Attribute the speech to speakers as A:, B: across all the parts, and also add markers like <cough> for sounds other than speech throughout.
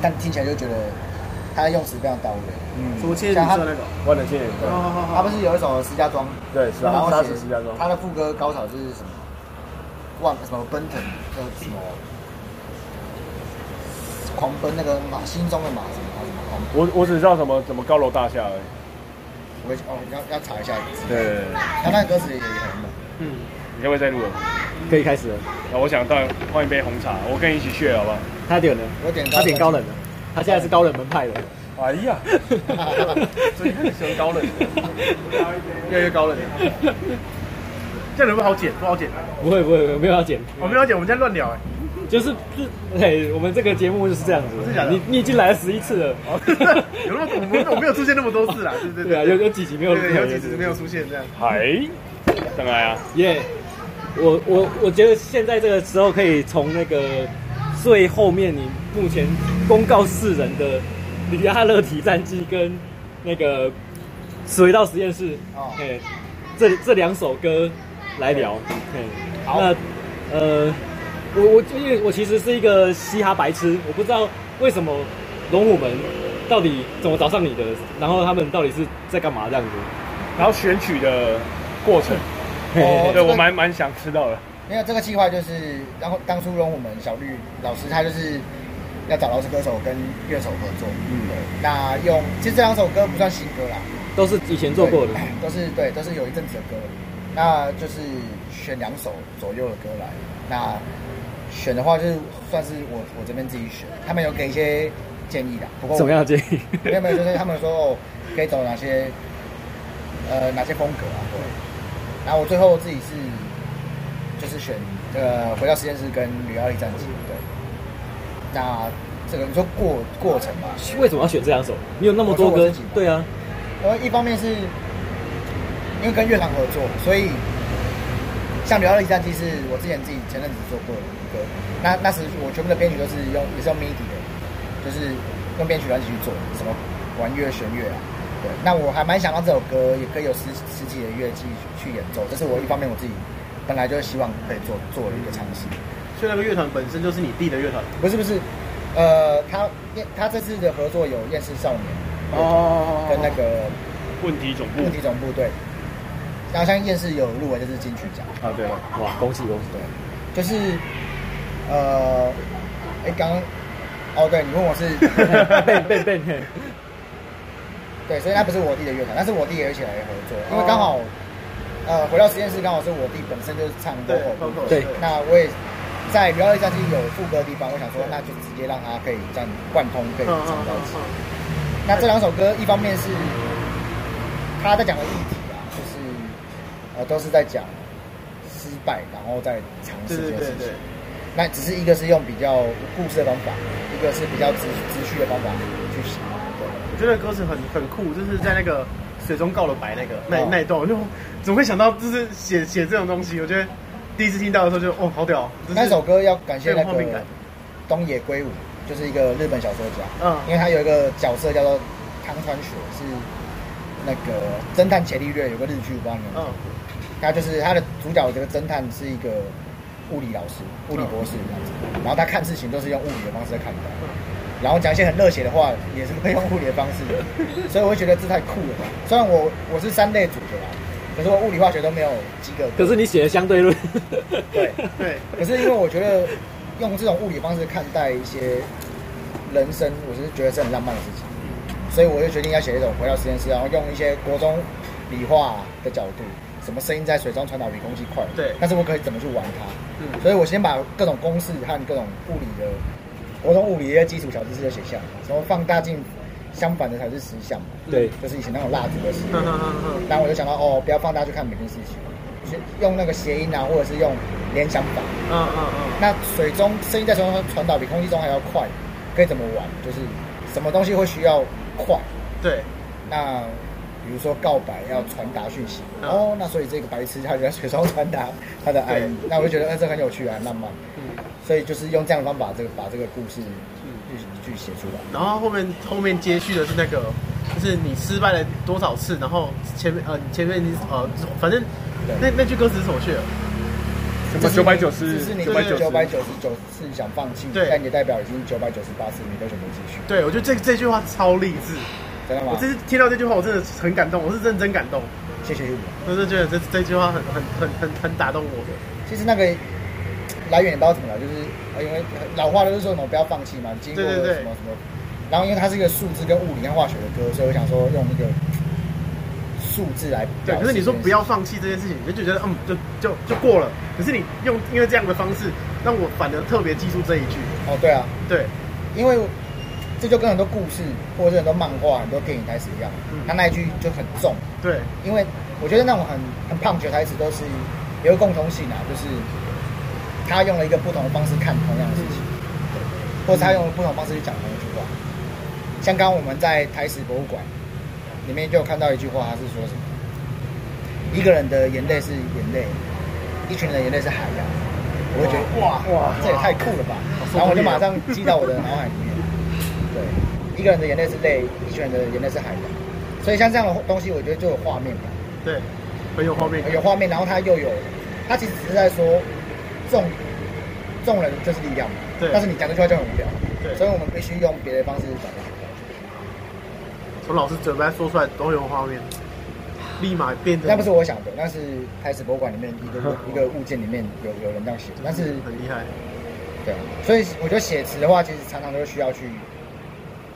A: 但听起来就觉得他的用词非常到位。
B: 什么千里
A: 像
B: 你
A: 他
B: 说那个？
C: 万能青年
B: 哦，
C: 队，
B: 好好
A: 他
B: 好
A: 不，是有一首石家庄，
C: 对，
B: 啊
C: 是
A: 然
C: 吧？
A: 后
C: 杀
A: 写
C: 死石家庄，
A: 他的副歌高潮就是什么？忘什么奔腾，呃，什么狂奔那个马，心中的马什么什么狂奔。
C: 我我只知道什么什么高楼大厦而已。
A: 我会哦，要要查一下歌词。
C: 对对，对
A: 他那个歌词也很猛。
B: 嗯，
C: 你可不可以再录了？
D: 可以开始了。
C: 那我想带换一杯红茶，我跟你一起去好不好？
D: 他点了，
A: 我点高
D: 他点高冷了，他现在是高冷门派的。
C: 哎呀， <laughs>
A: <laughs>
C: 所以他喜欢高冷，越来越高冷。
B: 这样有没有好剪？不好剪，
D: 不会不会，不会没有要剪，
B: 我没有剪，我们在乱
C: <laughs>
B: 聊哎。
D: 就是是，嘿，我们这个节目就是这样子。
B: 真的假的哦
D: 你你已经来了十一次了，
B: <laughs> 有那么我们我没有出现那么多次啦，对不对？
D: 对啊，有有几集没有
B: 对对，有几
D: 有
B: 次没有出现这样。
C: 嗨，上来啊！
D: 耶我我我觉得现在这个时候可以从那个最后面你目前公告四人的里阿勒提战绩跟那个水到实验室，
A: 哦
D: 哎、这这两首歌来聊。嘿
A: 好
D: 那呃，我我因为我其实是一个嘻哈白痴，我不知道为什么龙虎门到底怎么找上你的，然后他们到底是在干嘛这样子。
C: 然后选曲的过程，
D: 嘿嘿嘿
A: 哦
C: 对我蛮蛮想知道的。
A: 没有这个计划，就是然后当初龙虎门小绿老师他就是要找饶舌歌手跟乐手合作，
C: 嗯
A: 嗯，那用其实这两首歌不算新歌啦，
D: 都是以前做过的
A: 对。 <clears throat> 都是对，都是有一阵子的歌，那就是选两首左右的歌来，那选的话就是算是我我这边自己选，他们有给一些建议的，不过我
D: 怎么样的
A: <laughs>
D: 建议？
A: 没有没有，就是他们说哦，可以走哪些，呃，哪些风格啊？对。然后我最后自己是，就是选这个回到实验室跟吕奥利战绩。对。那这个你说过过程嘛，
D: 为什么要选这两首？你有那么多
A: 我说
D: 歌
A: 我自己吗，
D: 对啊，
A: 然后一方面是因为跟乐团合作，所以像《流浪地战机》是我之前自己前阵子做过的歌，那那时我全部的编曲都是用也是用 MIDI 的，就是用编曲软体去做，什么玩乐弦乐啊。对，那我还蛮想让这首歌也可以有实实际的乐器去演奏，这是我一方面我自己本来就希望可以做做的一个尝试。
B: 所以那个乐团本身就是你弟的乐团。
A: 不是不是，呃，他他这次的合作有《厌世少年》
B: 哦
A: 跟那个
C: 问题总部
A: 问题总部对，然后像厌世有入围这次金曲奖，
C: 啊，对，
D: 哇，恭喜恭喜！
A: 对，就是呃，哎、刚刚哦，对你问我
B: <laughs>
A: 是
D: 变变变，
A: 对，所以那不是我弟的乐团，但是我弟也一起来合作，
B: 哦
A: 因为刚好、呃回到实验室刚好是我弟本身就是唱
B: 对
A: vocal 部分
D: 对
A: 那我也在《不要一战机》有副歌的地方，我想说那就直接让他可以这样贯通，可以
B: 嗯
A: 唱
B: 嗯
A: 到一起。
B: 嗯
A: 那这两首歌，一方面是他在讲的议题啊，就是呃都是在讲失败，然后再尝试
B: 嗯，对
A: 这件
B: 对对
A: 事情
B: 对。。
A: 那只是一个是用比较故事的方法，一个是比较直直叙的方法去写。对，
B: 我觉得歌词很很酷，就是在那个水中告了白那个那
A: 哦
B: 那一段，我就怎么会想到就是写写这种东西？我觉得第一次听到的时候就哦，好屌！就是
A: 那首歌要感谢那
B: 很有画面
A: 个
B: 感
A: 东野圭吾，就是一个日本小说家，
B: 嗯
A: 因为他有一个角色叫做汤川雪，是那个《侦探伽利略》有个日剧，我不知道你们有没有看过
B: 嗯，
A: 他就是他的主角这个侦探是一个物理老师、物理博士这样子，然后他看事情都是用物理的方式在看待，
B: 嗯
A: 然后讲一些很热血的话，也是会用物理的方式
B: <laughs>
A: 的，所以我会觉得这太酷了吧。虽然我我是三类组的啦，可是我物理化学都没有及格
D: 可
A: 过，
D: 是你写的相对论，
B: <laughs>
A: 对，
B: 对，
A: 可是因为我觉得用这种物理方式看待一些人生，我是觉得是很浪漫的事情，所以我就决定要写一种回到实验室，然后用一些国中理化的角度，什么声音在水中传导比空气快，
B: 对
A: 但是我可以怎么去玩它，
B: 嗯，
A: 所以我先把各种公式和各种物理的国中物理的一些基础小知识都写下来，然后放大镜相反的才是实相嘛，
D: 对，
A: 就是以前那种蜡烛的实验
B: 哼。哼哼哼
A: 然后我就想到哦，不要放大去看每件事情，去用那个谐音啊，或者是用联想法，
B: 嗯嗯嗯，
A: 那水中声音在水中传导比空气中还要快，可以怎么玩？就是什么东西会需要快？
B: 对，
A: 那比如说告白要传达讯息，
B: 嗯
A: 哦，那所以这个白痴他就在水中传达他的爱意，那我就觉得，呃，这很有趣啊，很浪漫。
B: 嗯，
A: 所以就是用这样的方法，这个把这个故事
B: 嗯
A: 去去写出来。
B: 然后后面后面接续的是那个，就是你失败了多少次，然后前面呃你前面你呃反正
A: 对
B: 那那句歌词是什么去了？
A: 什
C: 什么九百九十
A: 只是你
C: 九百九
A: 九
C: 十
A: 百九十九次想放弃，
B: 对
A: 但你的代表已经九百九十八次，你都选择继续，
B: 对，我觉得这这句话超励志。
A: 真的
B: 我
A: 吗？
B: 这次听到这句话，我真的很感动，我是认真感动。
A: 谢谢你。
B: 我是觉得这这句话很很很很很打动我的。
A: 其实那个来源也不知道怎么来，就是呃因为老话都是说什么不要放弃嘛，经过
B: 对
A: 什
B: 对
A: 么
B: 对
A: 什么，然后因为它是一个数字跟物理和化学的歌，所以我想说用一个数字来表
B: 对，
A: 示
B: 可是你说
A: 这件事
B: 不要放弃这件事情，你就觉得嗯，就就就过了。可是你用因为这样的方式，让我反而特别记住这一句。
A: 哦，对啊，
B: 对，
A: 因为这就跟很多故事或者是很多漫画、很多电影台词一样
B: 嗯，
A: 它那一句就很重，
B: 对，
A: 因为我觉得那种很很胖的台词都是有一个共同性啊，就是他用了一个不同的方式看同样的事情，嗯对或者他用了不同的方式去讲同一句话。像刚刚我们在台史博物馆里面就有看到一句话，他是说什么？一个人的眼泪是眼泪，一群人的眼泪是海洋。我就觉得哇哇，这也太酷啊了吧！然后我就马上记到我的脑海里 <laughs> 面。对，一个人的眼泪是泪，一群人的眼泪是海洋。所以像这样的东西，我觉得就有画面感。
B: 对，很有画面感。
A: 有画面，然后他又有，他其实只是在说众众人就是力量嘛。
B: 对
A: 但是你讲这句话就很无聊。
B: 对
A: 所以我们必须用别的方式讲这句话。
B: 从老师嘴巴说出来都有画面，立马变得
A: 那不是我想的，那是开始博物馆里面一个一个物件里面有有人这
B: <laughs>
A: 样写的，但是
B: 很厉害。
A: 对啊，所以我觉得写词的话，其实常常都需要去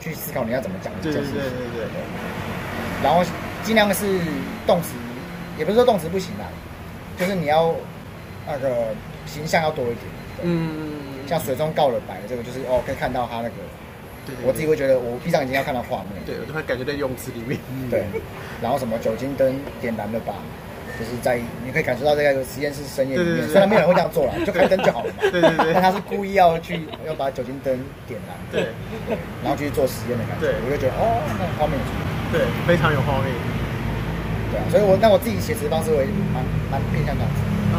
A: 去思考你要怎么讲这件
B: 对对
A: 事
B: 对
A: 情。
B: 对对。
A: 然后尽量是动词，也不是说动词不行啦，啊就是你要那个形象要多一点。对
B: 嗯，
A: 像水中告了白这个，就是哦，可以看到他那个，
B: 对对
A: 我自己会觉得我闭上眼睛要看到画面，
B: 对，我就会感觉在泳池里面。
A: 对，
B: 嗯
A: 然后什么酒精灯点燃了吧，就是在你可以感受到这个实验室深夜里
B: 对对
A: 面，
B: 对
A: 虽然没有人会这样做了，就开灯就好了嘛，
B: 对对对
A: 但他是故意要去要把酒精灯点燃，
B: 对
A: 然后去做实验的感觉
B: 对，
A: 我就觉得哦，那个画面有趣，
B: 对，非常有画面。
A: 对啊，所以我那我自己写词方式我也蛮蛮偏向这样子，
B: 嗯，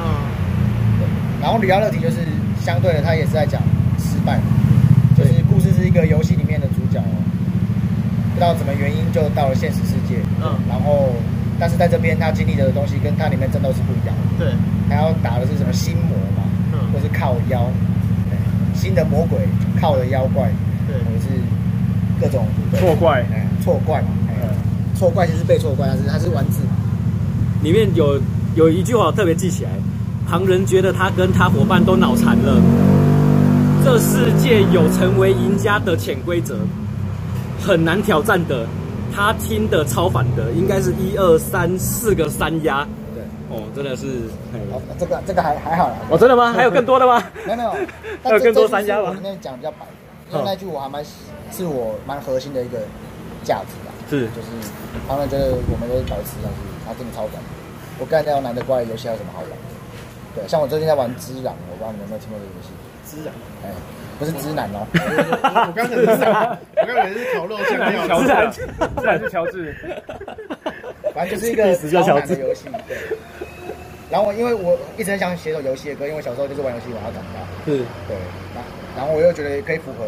A: 然后李奥乐体就是相对的，他也是在讲失败，就是故事是一个游戏里面的主角，哦不知道怎么原因就到了现实世界，
B: 嗯
A: 然后但是在这边他经历的东西跟他里面战斗是不一样的，
B: 对，
A: 他要打的是什么心魔嘛，
B: 嗯
A: 或是靠妖，对新的魔鬼靠的妖怪，
B: 对
A: 或者是各种
B: 错怪嗯
A: 哎错怪嘛，哎错怪其实是被错怪，但是他是玩字嘛，
D: 里面有有一句话我特别记起来，旁人觉得他跟他伙伴都脑残了。这世界有成为赢家的潜规则，很难挑战的。他听的超反的，应该是一二三四个三压。
A: 对，
D: 哦，真的是。嘿
A: 哦这个这个还还好啦，
D: 哦，真的吗？还有更多的吗？，
A: 没有没有
D: <laughs>
A: 但
D: 还有
A: 这
D: 更多
A: 这句
D: 三家
A: 是
D: 吧
A: 我那讲比较白的，因为那句我还蛮是我蛮核心的一个价值吧，
D: 是
A: 就是他们觉得我们都是白痴，啊但是他真的超烦。我刚才要难得过来游戏还有什么好玩的？对，像我最近在玩《之壤》，我不知道你们有没有听过这个游戏。
B: 滋养。
A: 哎，不是知男哦，
B: 我刚才是， <laughs> 我刚才是烤肉酱 <laughs> 料。
C: 乔
D: 自
C: 治啊
D: 然，
C: 自然是乔治。
A: 反正就是一
D: <laughs>
A: 个
D: 历史叫
A: 超
D: 乔
A: 难
D: 治
A: 的游戏。对。然后我因为我一直很想写首游戏的歌，因为我小时候就是玩游戏玩到长大。
D: 是
A: 对，然然后我又觉得可以符合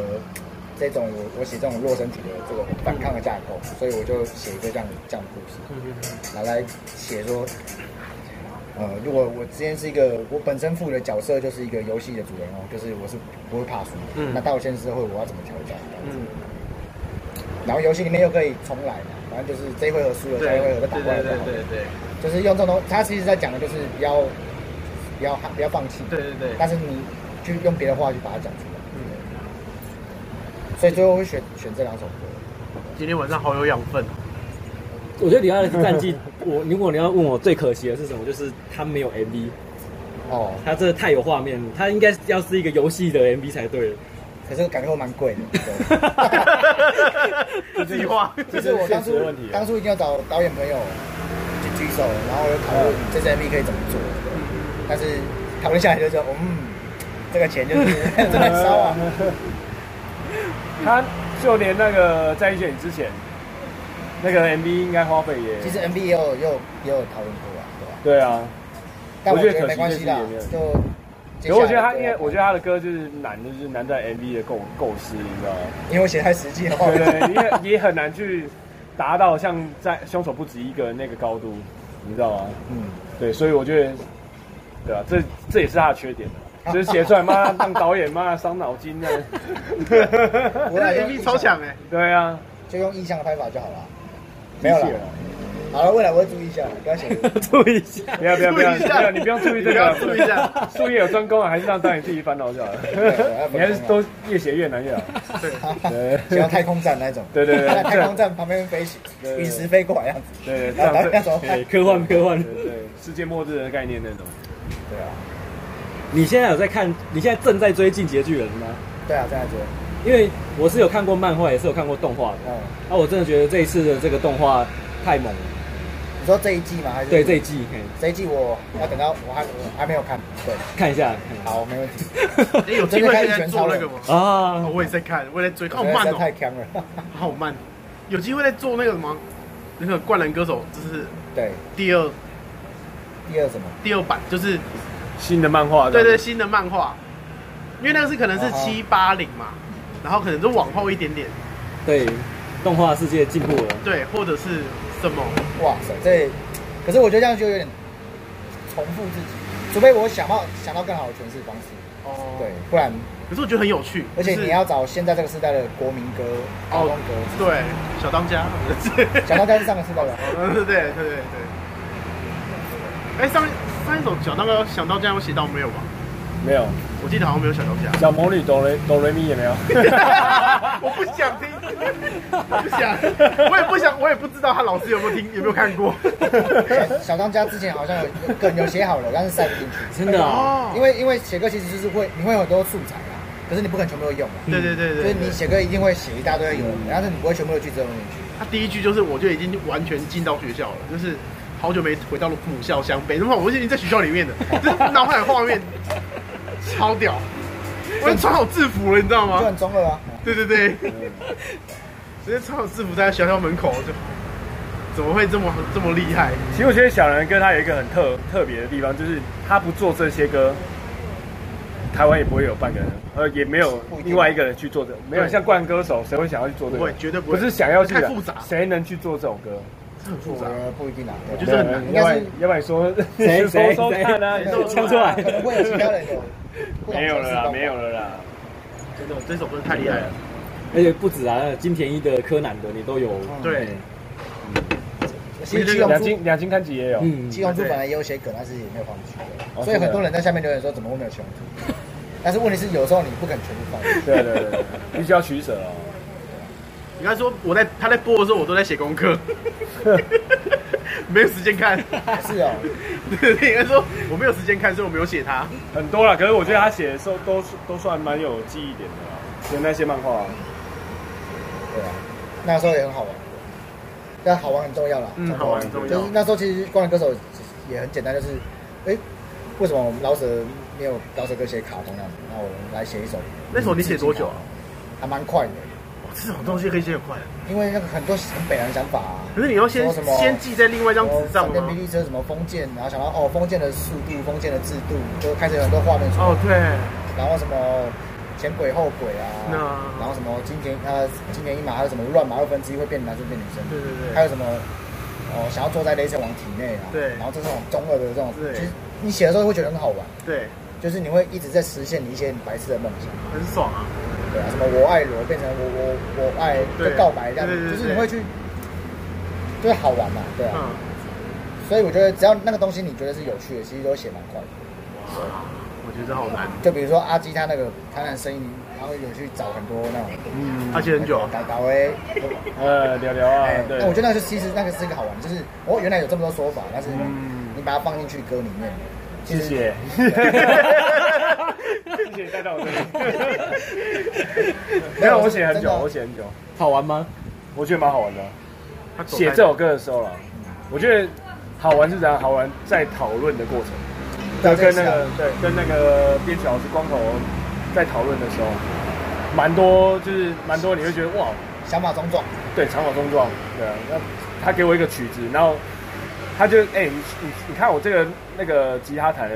A: 这种我我写这种弱身体的这个反抗的架构，所以我就写一个这样这样的
B: 嗯
A: 故事，拿来写说，呃，如果我之前是一个我本身赋予的角色就是一个游戏的主人哦，就是我是不会怕输，
B: 嗯
A: 那到现实社会我要怎么调整？
B: 嗯，
A: 然后游戏里面又可以重来嘛，反正就是这一回合输
B: 对
A: 了，
B: 对
A: 下一回合再打过来
B: 对
A: 就好了，
B: 对对
A: 就是用这种东，他其实在讲的就是不要不要不要放弃，
B: 对对对。
A: 但是你就用别的话去把它讲出来。
C: 嗯
A: 所以最后会选选这两首歌。
B: 今天晚上好有养分。
D: 我觉得李安的战绩，我如果你要问我最可惜的是什么，就是他没有 MV，
A: 哦，
D: 他真的太有画面，了，他应该要是一个游戏的 MV 才对了。 <laughs>
A: 可是感觉会蛮
C: <laughs>
A: 贵的。
B: 自己画。
A: 对就是我当初
C: 这是现实的问题啊啊
A: 当初一定要找导演朋友去举手，然后我就讨论这支 MV 可以怎么做。但是讨论下来就觉得，哦嗯，这个钱就是 <laughs> 真的烧
C: <laughs>
A: 啊。
C: 他就连那个在一选之前，那个 MV 应该花费也
A: 其实 MV 也有也有也有讨论过啊，对吧？
C: 对啊。
A: 但我
C: 我觉
A: 觉得
C: 得可
A: 没
C: 惜
A: 关系啦
C: 这次，也
A: 就。接
C: 可我觉
A: 下来啊
C: 得他，
A: 的
C: 因
A: 歌
C: 为我觉得他的歌就是难，就是难在 MV 的构构思，你知道吗？
A: 因为我写太实际的话，
C: 对对，因为 <laughs> 也很难去达到像在凶手不止一个那个高度，你知道吗？
A: <laughs> 嗯，
C: 对，所以我觉得对啊，这这也是他的缺点啊就是写出来妈让导演妈伤脑筋啊
A: <laughs>
C: 呢。
A: 我来用
B: MV 超强哎，
C: 对啊，
A: 就用意象的拍法就好了。没有了
B: 机器人，
A: 好了，未来我会注意一下，不要写。
D: 注意一下。
C: 不要不要不要，
B: 注意一
C: 不
B: 下
C: 要你不用注意这
B: 你不
C: 个
B: 要，注意一下
C: 术业有专攻啊，还是让导演自己烦恼就好了
A: 对。
C: 你还是都越写越难越好。对
A: 喜欢太空站那种，
C: 对对对
A: 在 <laughs> 太空站旁边飞行，
C: 对
A: 陨石飞过来样子，
C: 对对，这
A: 那
C: 样
A: 那那
C: 对
A: 怎么办
D: 对，？哎科幻科幻。
C: 对对，世界末日的概念那种。
A: 对啊，
D: 你现在有在看？你现在正在追《进击的巨人》吗？
A: 对啊，这样子，
D: 因为我是有看过漫画，也是有看过动画的。
A: 嗯，
D: 啊，我真的觉得这一次的这个动画太猛了。
A: 你说这一季吗？还是
D: 对这一季，可以
A: 这一季我要等到我还我还没有看，对，
D: 看一下。
A: 好，没问题。
D: 看
C: 哎
B: 你
D: 一下
B: 有机会现在做那个吗？
D: 啊
B: 哦，我也在看，我也在追，好
A: 我觉得
B: 慢
A: 实在太
B: 哦，
A: 强了， <laughs>
B: 好慢。哦有机会在做那个什么，那个《灌篮高手》就是
A: 对，
B: 第二
A: 第二什么？
B: 第二版，就是
C: 新的漫画，
B: 啊对啊对啊
C: 这样子，
B: 新的漫画，因为那个是可能是
A: 哦
B: 七八零嘛，然后可能就往后一点点，
D: 对，动画世界进步了。
B: 对，或者是什么，
A: 哇塞，这可是我觉得这样就有点重复自己，除非我想到想到更好的诠释方式，
B: 哦，
A: 对，，不然
B: 可是我觉得很有趣，
A: 而且
B: 就是
A: 你要找现在这个时代的国民歌、儿童
B: 哦
A: 歌，
B: 对小当 <laughs> 家，
A: 想到该是上个世代的，
B: 嗯， <laughs> 对对对对。哎，上上一首小当家小当家有写到没有吧？
C: 没有
B: 我记得好像没有小当家。
C: 小魔女哆瑞哆瑞咪也没有。
B: <laughs> 我不想听，我不想，我也不想，我也不知道他老师有没有听，有没有看过。
A: 小小当家之前好像有有梗有写好了，但是塞不进去，
D: 真的啊，
B: 哦
A: 因为因为写歌其实就是会你会有很多素材啊，可是你不可能全部都用啊，
B: 对对对
A: 就是
B: 对
A: 你
B: 对，
A: 写歌一定会写一大堆有的没的，但是你不会全部都去用进去，
B: 他第一句就是我就已经完全进到学校了，就是好久没回到了母校湘北，那么我已经在学校里面了，就是脑海画面超屌，我已经穿好制服了，你知道
A: 就
B: 吗
A: 很？中二啊。
B: 对对对，直接穿好制服在学校门口就，怎么会这么这么厉害？
C: 其实我觉得小兰哥他有一个很特特别的地方，就是他不做这些歌，台湾也不会有半个人，呃，也没有
A: 不一定
C: 另外一个人去做这，没有
B: 对
C: 像灌歌手，谁会想要去做这
B: 不
C: 个
B: 会？绝对不会
C: 是想要去的
B: 太复杂
C: 谁能去做这种歌？
B: 这很复
A: 我
B: 杂
A: 觉。得不一定啊，
B: 我
A: 对
B: 觉得这很难
A: 应
C: 要不
A: 该
C: 然
A: 是
C: 要不然说
D: 谁谁
C: 说说看啊，你
D: 谁
C: 说
D: 唱出来
A: 可能会有其他人有不同
C: 没有了
A: 的诠释方
C: 啦，
A: 法
C: 没有。了啦，
B: 真的，这首歌太厉害了。
D: 而且不止啊，金田一的、柯南的，你都有。
A: 嗯
B: 对，
A: 其实七龙
C: 两
A: 珠
C: 金两金刊集也有，
D: 嗯，
A: 七龙珠本来也有写梗，但是也没有放进去，
C: 哦
A: 所以很多人在下面留言说怎么会没有七龙珠？但是问题是有时候你不肯全部放进去，
C: 对对对对，必须要取舍哦。
B: 你刚才说我在他在播的时候，我都在写
A: <laughs>
B: 功课，没有时间看。
A: 是哦，
B: <laughs> 对，你刚才说我没有时间看，所以我没有写他。
C: 很多啦，可是我觉得他写的时候都是都算蛮有记忆点的啦，就那些漫画啊。
A: 对啊，那时候也很好玩，但好啊玩很重要啦，
B: 嗯，好玩很重
A: 就
B: 要
A: 是。那时候其实《灌篮歌手》也很简单，就是，哎，为什么我们老舍没有老舍歌写卡通那样子？那我们来写一首，
B: 那首你写多久啊？
A: 还蛮快的，
B: 哇这种东西可以写很快，
A: 因为那个很多很北南的想法啊。
B: 可是你要先
A: 说什么
B: 先记在另外一张纸上
A: 电
B: 吗
A: 霹？雳车什么封建，然后想到哦封建的速度、封建的制度，就开始有很多画面出来。
B: 哦，对，
A: 然后什么前鬼后鬼啊，
B: 那
A: 然后什么金田呃金田一马还有什么乱马二分之一会变男生变女生，
B: 对对对
A: 还有什么哦想要坐在雷神王体内啊，
B: 对
A: 然后这种中二的这种，
B: 对
A: 其实你写的时候会觉得很好玩，
B: 对，
A: 就是你会一直在实现你一些你白痴的梦想，
B: 很爽啊。
A: 对啊，什么我爱罗变成我我我爱
B: 对
A: 就告白这样
B: 对
A: 子，
B: 对对
A: 就是你会去。就是好玩嘛，对啊，
B: 嗯，
A: 所以我觉得只要那个东西你觉得是有趣的，其实都写蛮快的。
B: 哇，我觉得好难，
A: 就比如说阿基他那个台南声音，然后有去找很多那种嗯
B: 他写很久啊。
A: 搞搞诶，
C: 呃，聊聊啊
A: 哎，
C: 对
A: 那，我觉得那个其实那个是一个好玩，就是哦，原来有这么多说法，但是
C: 嗯
A: 你把它放进去歌里面，其
C: 谢
A: 实
C: 谢，谢谢带到我这里。没有，我写很
A: 真的
C: 久，
A: 啊
C: 我写很久，
D: 好玩吗？
C: 我觉得蛮好玩的。
B: 他走开
C: 写这首歌的时候啦，我觉得好玩是怎样？好玩在讨论的过程，就跟那个对，跟那个编曲老师光头在讨论的时候，蛮多就是蛮多，你会觉得哇，
A: 想法种种，
C: 对，长跑中撞，对啊，那他给我一个曲子，然后他就哎、你你你看我这个那个吉他弹的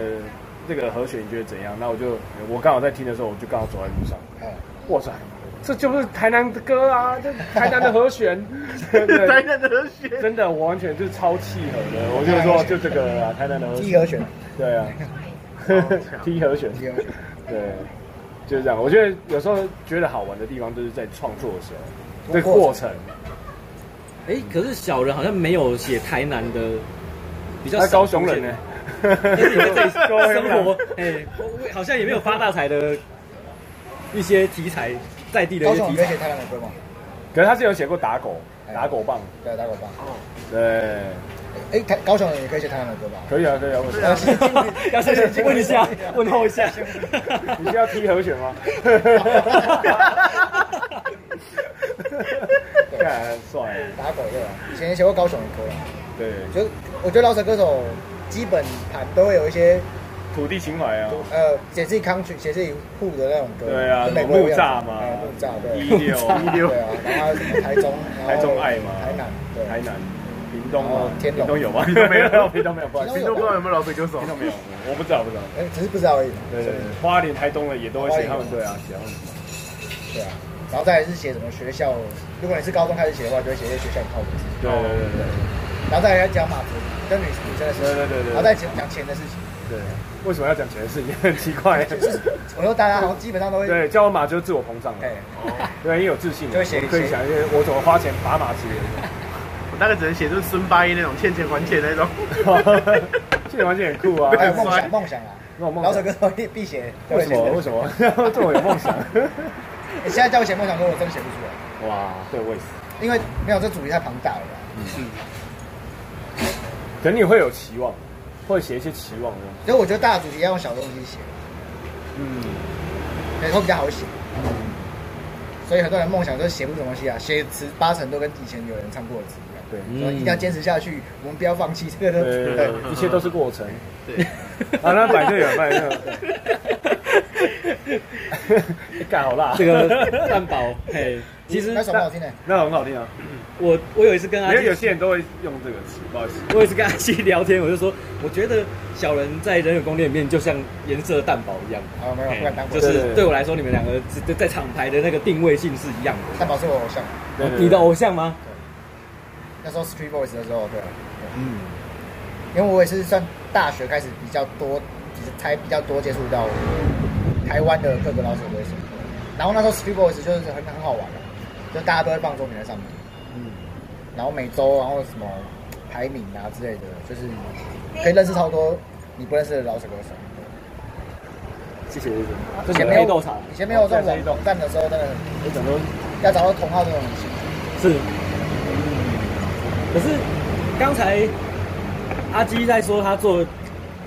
C: 这个和弦，你觉得怎样？那我就我刚好在听的时候，我就刚好走在路上，
A: 哎，
C: 哇塞，这就是台南的歌啊，这台南的和 <laughs> 弦，对不
B: 台
C: 对？
B: 南的和弦，
C: 真的，我完全就是超契合的。我就说，就这个啊，台南的和
A: 第一
C: 弦，
A: 和弦，
C: 对啊， <laughs> 踢和弦，
A: 有
C: 对，就是这样。我觉得有时候觉得好玩的地方，就是在创作的时候，这
A: 过程
C: 过程。
D: 哎、可是小人好像没有写台南的，比较
C: 那
D: 少
C: 高雄人
D: 见
C: 呢？ <laughs>
D: 但是你在这里
C: 高雄人
D: 生活，哎、我我好像也没有发大财的一些题材，在地的
A: 高
D: 一些
A: 雄
D: 题
A: 有写
D: 材。
A: 台南的歌吗？
C: 可是他是有写过打狗，
A: 哎
C: 打狗棒，
A: 对，打狗棒。
C: 对，
A: 哎，台高雄人也可以写台南的歌吧？
C: 可以啊，可以啊，为什
D: 哎
C: 么？ <laughs>
D: 要先问一下，问候一下。
C: 你是要踢和
D: <laughs>
C: 弦吗？ <laughs> 看很帅，
A: 打狗对吧？以前也写过高雄的歌啦。
C: 对，
A: 就是我觉得老舍歌手基本盘都会有一些
C: 土地情怀啊，
A: 呃写自己 country 写自己 who 的那种歌，
C: 对啊，
A: 跟美
C: 什
A: 国
C: 么
A: 一
C: 木
A: 样
C: 栅嘛
A: 哎木栅， <laughs> 对，
C: 一六一
B: 六
A: 对啊，然后还有什么台中，然后
C: 台中爱嘛，
A: 哦台南，对，
C: 台南，屏东嘛
A: 哦，天龙
C: 屏东有吗？
B: 屏东没
C: <laughs>
B: 有
C: 屏东没有，不好意思，
A: 屏
B: 你都不知道有没有老水歌手
C: 屏？
A: 嗯
C: 东没有，我不知道，不知道。
A: 哎，只是不知道而已，
C: 对对对，花莲、台东的也都会写他们，对啊，写他们。
A: 对啊，然后再来是写什么学校，如果你是高中开始写的话，就会写一些学校靠谱的事情，
C: 对对对对
A: 然后再来讲马子跟女女生的事情，
C: 对对对对
A: 然后再讲讲钱的事情，
C: 对，为什么要讲钱的事情？很奇怪。
A: <laughs> 就是我说大家好像基本上都会，
C: 对，叫我马就是自我膨胀
A: 哎
C: 了，，对，因为有自信，
A: 就会写一些
C: 我可以想一些我怎么花钱把马
A: <laughs>
C: 子。
B: 我大概只能写就是孙八一那种欠钱还钱那
A: <laughs>
B: 种。
C: 这玩意很酷啊！
A: 还有梦想梦想啊，
C: 那种梦
A: 老
C: 想
A: 舍歌手必必写，
C: 为什么？为
A: 么？
C: 什么 <laughs> 这么有
A: <laughs>
C: 梦想？
A: 你现在叫我写梦想歌，我真的写不出来，
C: 哇，对，我也是。
A: 因为没有这主题太庞大了啦。
C: 嗯可能你会有期望，会写一些期望的。哦
A: 所以我觉得大的主题要用小的东西写，
C: 嗯，
A: 然后比较好写。所以很多人梦想就是写不出东西啊，写词八成都跟以前有人唱过的词一样。
C: 对
D: 嗯
A: 所以一定要坚持下去，我们不要放弃这个东西。
C: 对，一切都是过程。
B: 对，
C: 啊，那摆对了，摆对了。干好辣，
D: <laughs> 这个蛋堡，嘿，其实
A: 那首蛮好听的，
C: 那很好听啊。
D: 我我有一次跟阿
C: 因为有
D: 基，
C: 些人都会用这个词，不好意思。
D: 我有一次跟阿基聊天，我就说，我觉得小人在人有宫殿里面就像颜色蛋堡一样，
A: 好，没有不敢当过
D: 就。是对我来说，你们两个在在厂牌的那个定位性是一样的。
A: 蛋堡是我偶像，
C: 对对对
D: 你的偶像吗？
A: 那时候 Street Boys 的时候，对啊，
D: 嗯，
A: 因为我也是算大学开始比较多，才比较多接触到台湾的各个老手歌手。然后那时候 Street Boys 就是很很好玩的、就大家都会放作品在上面。然后每周，然后什么排名啊之类的，就是可以认识超多你不认识的老手歌手。
C: 谢谢医生。
D: 这
A: 以
D: 是
A: 前
D: 你
A: 没
D: 黑
A: 有
D: 豆茶，
A: 以前没有这
C: 哦对
A: 种
C: 黑豆
A: 网站的时候，真的很
C: 我讲说，
A: 要找到同号这种很辛苦
D: 是。可是刚才阿基在说他做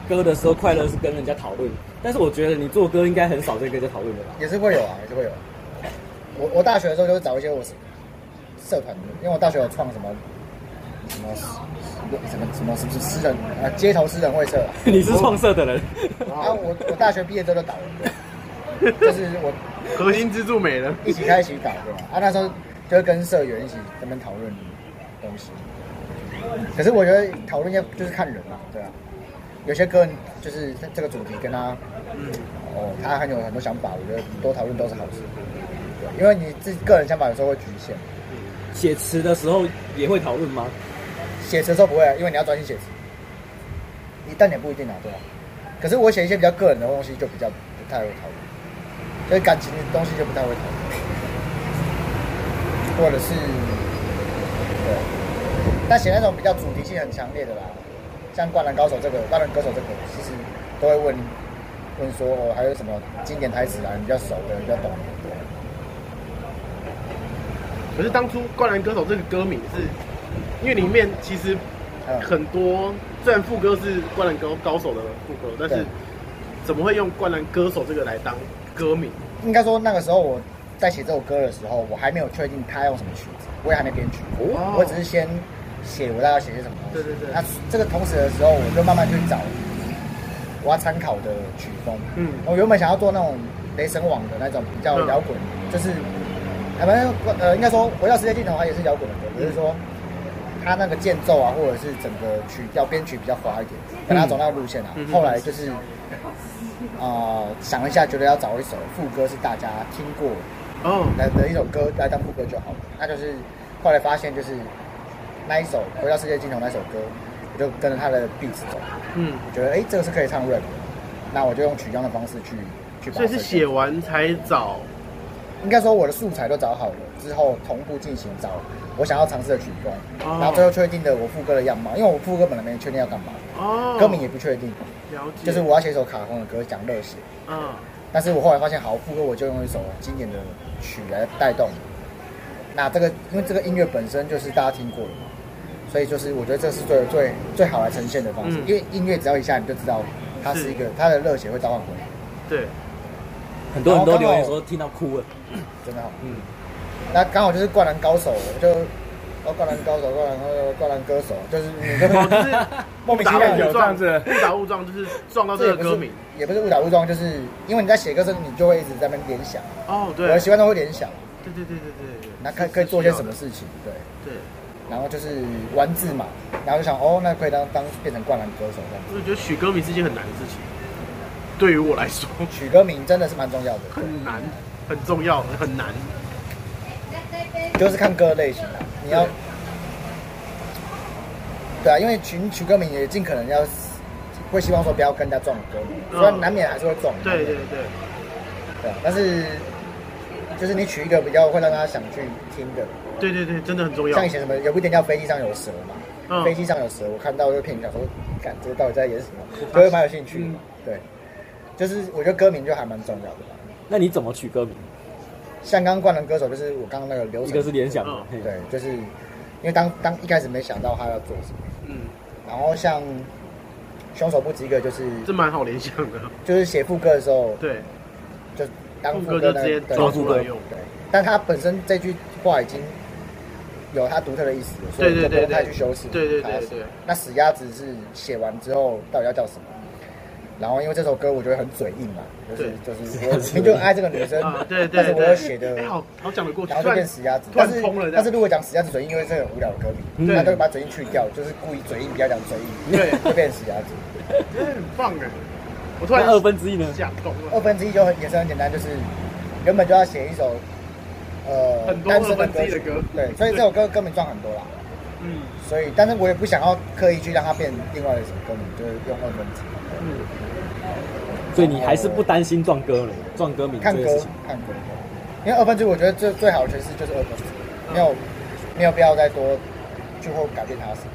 D: 歌的时候快乐是跟人家讨论，但是我觉得你做歌应该很少在跟人家讨论的吧？
A: 也是会有啊，也是会有啊、我我大学的时候就是找一些我社团的，因为我大学有创什么什么什么什么什么诗人啊，街头诗人会社啊。
D: 你是创社的人，
A: 然后我我大学毕业之后就倒了，对就是我
B: 核心支柱没了。
A: 一起开始搞对吧？啊，那时候就会跟社员一起在那边讨论东西。可是我觉得讨论要就是看人嘛，对啊。有些歌就是这个主题跟他，哦，他很有很多想法，我觉得多讨论都是好事。对，因为你自己个人想法有时候会局限，
D: 写词的时候也会讨论吗？
A: 写词的时候不会啊，因为你要专心写词。你但也不一定啊，对吧、可是我写一些比较个人的东西就比较不太会讨论，所以感情的东西就不太会讨论，或者是对。但写那种比较主题性很强烈的啦，像《灌篮高手》这个，《灌篮歌手》这个，其实都会问问说哦，还有什么经典台词啊，你比较熟的，你比较懂的。对
B: 可是当初《灌篮歌手》这个歌名是，因为里面其实
A: 嗯
B: 很多，虽然副歌是《灌篮高高手》的副歌，但是
A: 对
B: 怎么会用《灌篮歌手》这个来当歌名？
A: 应该说那个时候我在写这首歌的时候，我还没有确定他用什么曲子，我也还没编曲，
B: 哦
A: 我只是先写我大概要写些什么东西。
B: 对对对
A: 那这个同时的时候，我就慢慢去找我要参考的曲风。
B: 嗯
A: 我原本想要做那种雷神网的那种比较摇滚，就是哎反正呃，应该说回到世界尽头，它也是摇滚的歌，
B: 嗯
A: 只是说它那个间奏啊，或者是整个曲调编曲比较滑一点，跟他走那个路线啊。
B: 嗯
A: 后来就是。啊、想了一下，觉得要找一首副歌是大家听过
B: 哦，
A: 来的一首歌来当副歌就好了。那就是后来发现，就是那一首《回到世界尽头》那首歌，我就跟着他的 beat 走，
B: 嗯，
A: 我觉得哎、诶这个是可以唱 rap 的，那我就用取样的方式去去把它
B: 所以是
A: 设计
B: 写完才找
A: 应该说我的素材都找好了之后，同步进行找我想要尝试的曲风，
B: 哦
A: 然后最后确定的我副歌的样貌，因为我副歌本来没确定要干嘛，
B: 哦，
A: 歌名也不确定，
B: 了解，
A: 就是我要写一首卡通的歌讲热血，
B: 嗯，
A: 但是我后来发现，好副歌我就用一首经典的曲来带动。那这个因为这个音乐本身就是大家听过的嘛，所以就是我觉得这是最最最好来呈现的方式，
B: 嗯
A: 因为音乐只要一下你就知道它是一个它的热血会召唤回来，
B: 对，
D: 很多人都留言说听到哭了，
A: 真的好。
D: 嗯，
A: 那刚好就是灌篮高手，我就哦灌篮高手，灌篮灌篮歌手，就是你就
B: <laughs> 哦，就
A: 会
B: 是
A: 莫名其妙
C: 有
A: 有
C: 这样子
B: 误打误撞，就是撞到这
A: 也
B: 个
A: 不
B: 歌
A: <laughs> 是
B: 名。
A: 也不是误打误撞，就是因为你在写歌的时候，你就会一直在那边联想，
B: 哦，
A: 我
B: 对，
A: 的习惯都会联想，
B: 对对对对对对，
A: 那
B: 是
A: 可可以做些什么？事情，对。
B: 是需要的对，
A: 然后就是玩字嘛，然后就想哦，那可以当当变成灌篮歌手这样。
B: 我就觉得取歌名是一件很难的事情，对于我来说
A: 取歌名真的是蛮重要的，
B: 很难，很重要，很难。
A: 就是看歌类型啦，你要
B: 嗯对
A: 对啊，因为取取歌名也尽可能要会希望说不要跟人家撞歌名，
B: 嗯
A: 虽然难免还是会撞，
B: 对对对，
A: 对啊，但是就是你取一个比较会让大家想去听的，
B: 对对对，真的很重要
A: 像。以前什么有部电影叫《飞机上有蛇》嘛，
B: 嗯
A: 飞机上有蛇》，我看到这个片想说，感这个到底在演什么，所以蛮有兴趣的嘛，对，就是我觉得歌名就还蛮重要的吧。
D: 那你怎么取歌名？
A: 像刚刚《灌篮歌手》就是我刚刚那个流
D: 一
A: 程，
D: 个是联想的，嘿
A: 对，就是因为当当一开始没想到他要做什么，
B: 嗯，
A: 然后像凶手不及格就是
B: 这蛮好联想的。
A: 就是写副歌的时候，
B: 对，
A: 就当
B: 副
A: 歌
B: 歌就
A: 那
B: 直接
A: 对
B: 抓
D: 副
B: 出
D: 歌
B: 来用。
A: 对，但他本身这句话已经有他独特的意思了，所以
B: 对
A: 就不
B: 对
A: 用
B: 对
A: 太
B: 对
A: 去修饰它。
B: 对对对对
A: 那死鸭子是写完之后到底要叫什么？然后因为这首歌我觉得很嘴硬嘛，就是就是我 <laughs> 明明就爱这个女生
B: 啊，，对对
A: 但是
B: 对，
A: 我又写的
B: <laughs> 哎，好好讲得过去
A: 然，后
B: 突
A: 就
B: 然
A: 变死鸭子。
B: 突
A: 但
B: 然
A: 是
B: 通了这
A: 但是
B: 样。
A: 如果讲死鸭子嘴硬，因为是很无聊的歌名，
D: 嗯
A: 那就把嘴硬去掉，就是故意嘴硬，不要讲嘴硬，
B: 对
A: <laughs> 就变死鸭子。
B: 真的很棒哎！我突然
D: 那二分之一呢？
B: 想通
A: 二
B: 了，
A: 分之一就很也是很简单，就是原本就要写一首呃
B: 很多
A: 单身的
B: 二分之一的
A: 曲
B: 歌，
A: 对，所以这首歌歌名赚很多啦。
B: 嗯
A: 所以，但是我也不想要刻意去让它变另外一首歌名，就是用二分之一。
B: 嗯，
D: 所以你还是不担心撞歌名、撞歌名这
A: 看
D: 件
A: 歌
D: 事情。
A: 看歌，因为二分之一我觉得最最好的诠释就是二分之一，没有没有必要再多去或改变它什么。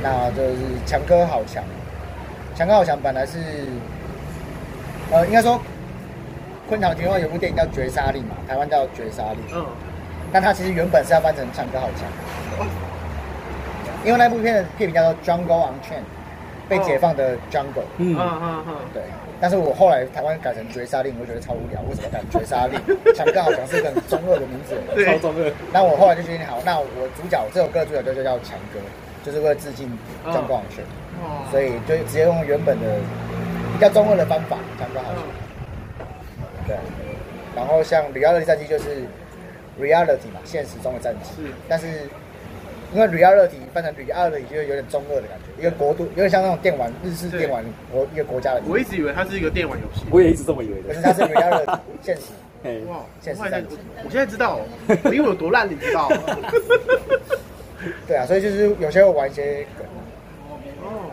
A: 那就是强哥好强，强哥好强本来是，呃，应该说昆场廷话有部电影叫《绝杀力》嘛，台湾叫《绝杀力》，
B: 嗯，
A: 但它其实原本是要翻成《强哥好强》，
D: 哦
A: 因为那部片的片名叫做《Jungle on Chain》，被解放的 Jungle。
D: 嗯
B: 嗯，嗯嗯
A: 对，但是我后来台湾改成绝杀令，我就觉得超无聊。为什么改绝杀令？ <laughs> 想刚好像是一个很中二的名字。
B: 对
D: 超中二。
A: 那我后来就决定，好，那我主角这首歌的主角就叫强哥，就是为了致敬
B: 嗯
A: 张国荣去，
B: 哇
A: 所以就直接用原本的比较中二的方法，强哥好
B: 嗯
A: 强。对，然后像 reality 战机就是 reality 嘛，现实中的战机，
B: 是
A: 但是。因为 reality 翻成 reality 就有点中二的感觉，一个国度有点像那种电玩日式
B: 对
A: 电玩国一个国家的名字，
B: 我一直以为它是一个电玩游戏。
D: 我也一直这么以为
A: 可是
D: 的。
A: 它是 reality 现实。
D: <laughs> 嘿
B: 哇！
A: 现实
B: 我还在
A: 战
B: 我我现在
D: <laughs>
B: 知道，我英文有多烂，你知道？
A: 对啊，所以就是有些会玩一些梗，
B: 哦，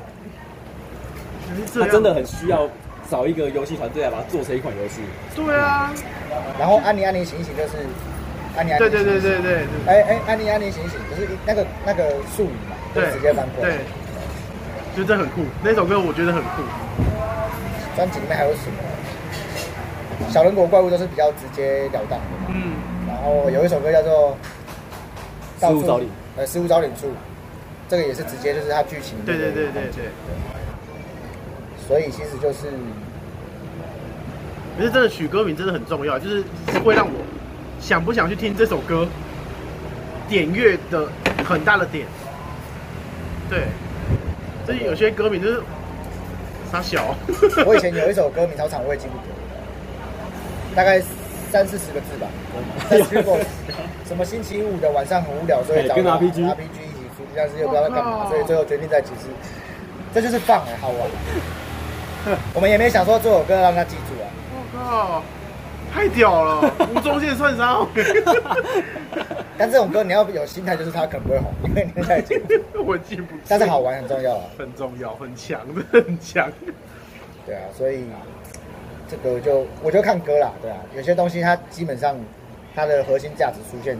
B: 原来是这
D: 他啊
B: 样
D: 真的很需要找一个游戏团队来把它做成一款游戏。
B: 对啊，
A: 然后安妮安妮醒醒就是安妮安妮，
B: 对对对，对对
A: 哎哎安妮安妮醒醒，就是一那个那个术语嘛，就
B: 对，
A: 直接翻过来
B: 对。，就真的很酷，那首歌我觉得很酷。
A: 专辑里面还有什么？小人国怪物都是比较直截了当的嘛。
B: 嗯，
A: 然后有一首歌叫做《到
D: 失
A: 处
D: 物招领，
A: 呃，失物招领处，这个也是直接就是它剧情。
B: 对对对对。对，
A: 所以其实就是
B: 可是真的取歌名真的很重要，就是会让我想不想去听这首歌，点阅的很大的点。对，就是有些歌名就是傻小。
A: <laughs> 我以前有一首歌名超长，我也记不得，大概三四十个字吧。在 s
D: <laughs>
A: u 什么星期五的晚上很无聊，所以
D: 哎
A: 找
D: 跟
A: 我
D: RPG
A: RPG 一起出，但是又不知道在干
B: 我
D: 哦
A: 嘛，
B: 靠
A: 所以最后决定在几次，这就是放哎、好玩。
D: <laughs>
A: 我们也没想说这首歌让他记住啊，
B: <laughs> 我靠，太屌了！吴宗宪算啥？ <laughs>
A: 但这种歌你要有心态，就是他可能不会红，因为你太紧。
B: 我记不住。
A: 但是好玩很重要啊，
B: 很重要，很强的，很强。
A: 对啊，所以这个我就我就看歌啦，对啊，有些东西它基本上它的核心价值出现，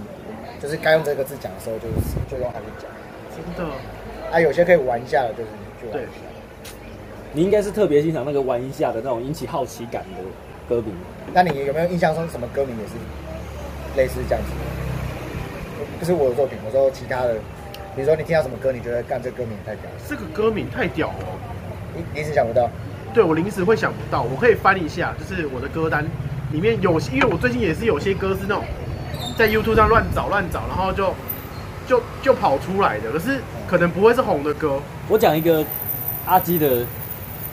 A: 就是该用这个字讲的时候就就用它去讲，
B: 真的，
A: 啊，有些可以玩一下的，就是就玩
B: 对
A: 一下。
D: 你应该是特别欣赏那个玩一下的那种引起好奇感的歌名。
A: 那你有没有印象中什么歌名也是类似这样子的？不是我的作品，我说其他的，比如说你听到什么歌，你觉得干这歌名也太屌了，
B: 这个歌名太屌了。
A: 你你一时想不
B: <laughs>
A: 到，
B: 对我临时会想不到，我可以翻一下，就是我的歌单里面有，因为我最近也是有些歌是那种在 YouTube 上乱找乱找，然后就就就跑出来的，可是可能不会是红的歌，
D: 我讲一个阿基的，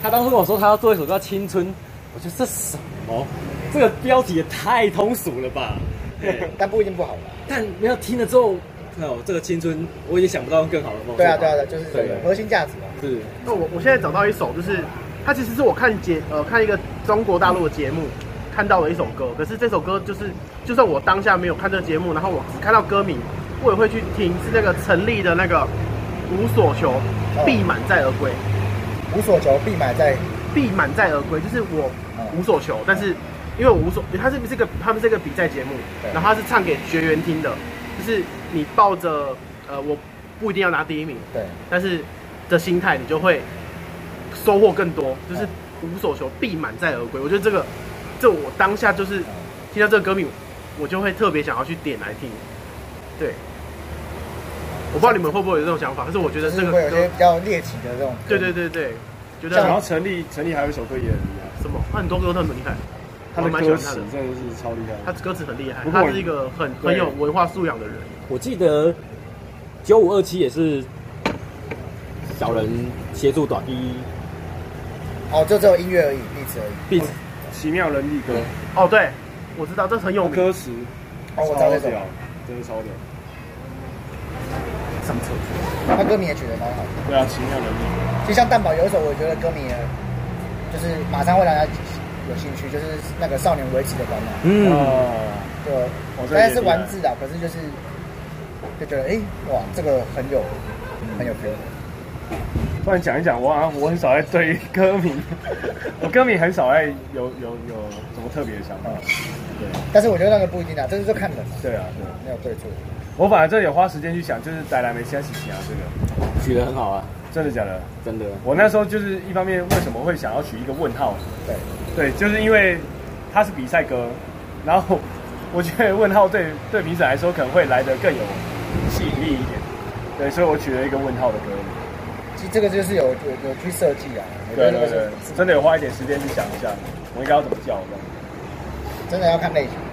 D: 他当初跟我说他要做一首歌叫《青春》，我觉得这什么？这个标题也太通俗了吧！
A: <laughs>
D: 对
A: 但不一定不好啦。
D: 但没有听了之后，哦，这个青春我已经想不到用更好的方式。
A: 对啊，对啊，对啊，就是这个
D: 对
A: 核心价值嘛。
D: 是
B: 那我我现在找到一首，就是它其实是我看节呃看一个中国大陆的节目看到的一首歌，可是这首歌就是就算我当下没有看这个节目，然后我只看到歌名，我也会去听，是那个陈粒的那个无所求，必满载而归。
A: 无所求必买在
B: 必满载而归，就是我无所求，但是因为我无所，他是不是个他们是个比赛节目
A: 对，
B: 然后他是唱给学员听的，就是你抱着呃我不一定要拿第一名，
A: 对，
B: 但是的心态，你就会收获更多，就是
A: 嗯
B: 无所求必满载而归。我觉得这个，这我当下就是听到这个歌名，我就会特别想要去点来听。对，我不知道你们会不会有这种想法，可是我觉
A: 就
B: 得这
A: 是
B: 个
A: 会有些
B: 歌，
A: 比较猎奇的这种。
B: 对对对对，觉得
C: 然后陈立，陈立还有一首歌也很厉害，
B: 什么？他很多歌都很厉害，
C: 他
B: 我
C: 的
B: 蛮喜
C: 歌
B: 欢他
C: 词
B: 的。
C: 真的是超厉
B: 他
C: 害。
B: 歌词很厉害，
C: 不过
B: 他
C: 我
B: 是一个很
C: 对
B: 很有文化素养的人。
D: 我记得九五二七也是小人协助短一
A: 哦，就只有音乐而已，例子而已。
D: 必
C: 奇妙人力歌，
B: 哦，对，我知道，这很有名。
C: 歌词
A: 哦，我知道
C: 超
A: 这首
C: 屌，，真的超屌。
B: 什么车？
A: 他歌名也取得蛮好的。
C: 对啊，奇妙人力
A: 就像蛋堡有一首，我觉得歌名也就是马上会让大家有兴趣，就是那个少年维持的烦恼。
C: 歌。
D: 嗯，
C: 啊，
A: 就
C: 哦这个
A: 虽然是
C: 也厉害
A: 玩字的，可是就是就觉得哎、诶哇，这个很有
C: 嗯
A: 很有 feel。
C: 突然讲一讲，我好像我很少在对歌迷，我歌迷很少在有有有什么特别的想法。
A: 但是我觉得那个不一定啊，这是就看人嘛，
C: 对啊，对，
A: 没有对错。
C: 我反而这有花时间去想，就是带来没现在事情啊，这个
D: 取得很好啊，
C: 真的假的？
D: 真的。
C: 我那时候就是一方面为什么会想要取一个问号，
A: 对，
C: 对，就是因为它是比赛歌，然后我觉得问号对对评审来说可能会来得更有吸引力一点，对，所以我取了一个问号的歌。
A: 其实这个就是有有有去设计啊，我觉得
C: 对
A: 这
C: 对
A: 个是
C: 对，真的有花一点时间去想一下，我应该要怎么叫这样。
A: 真的要看类型。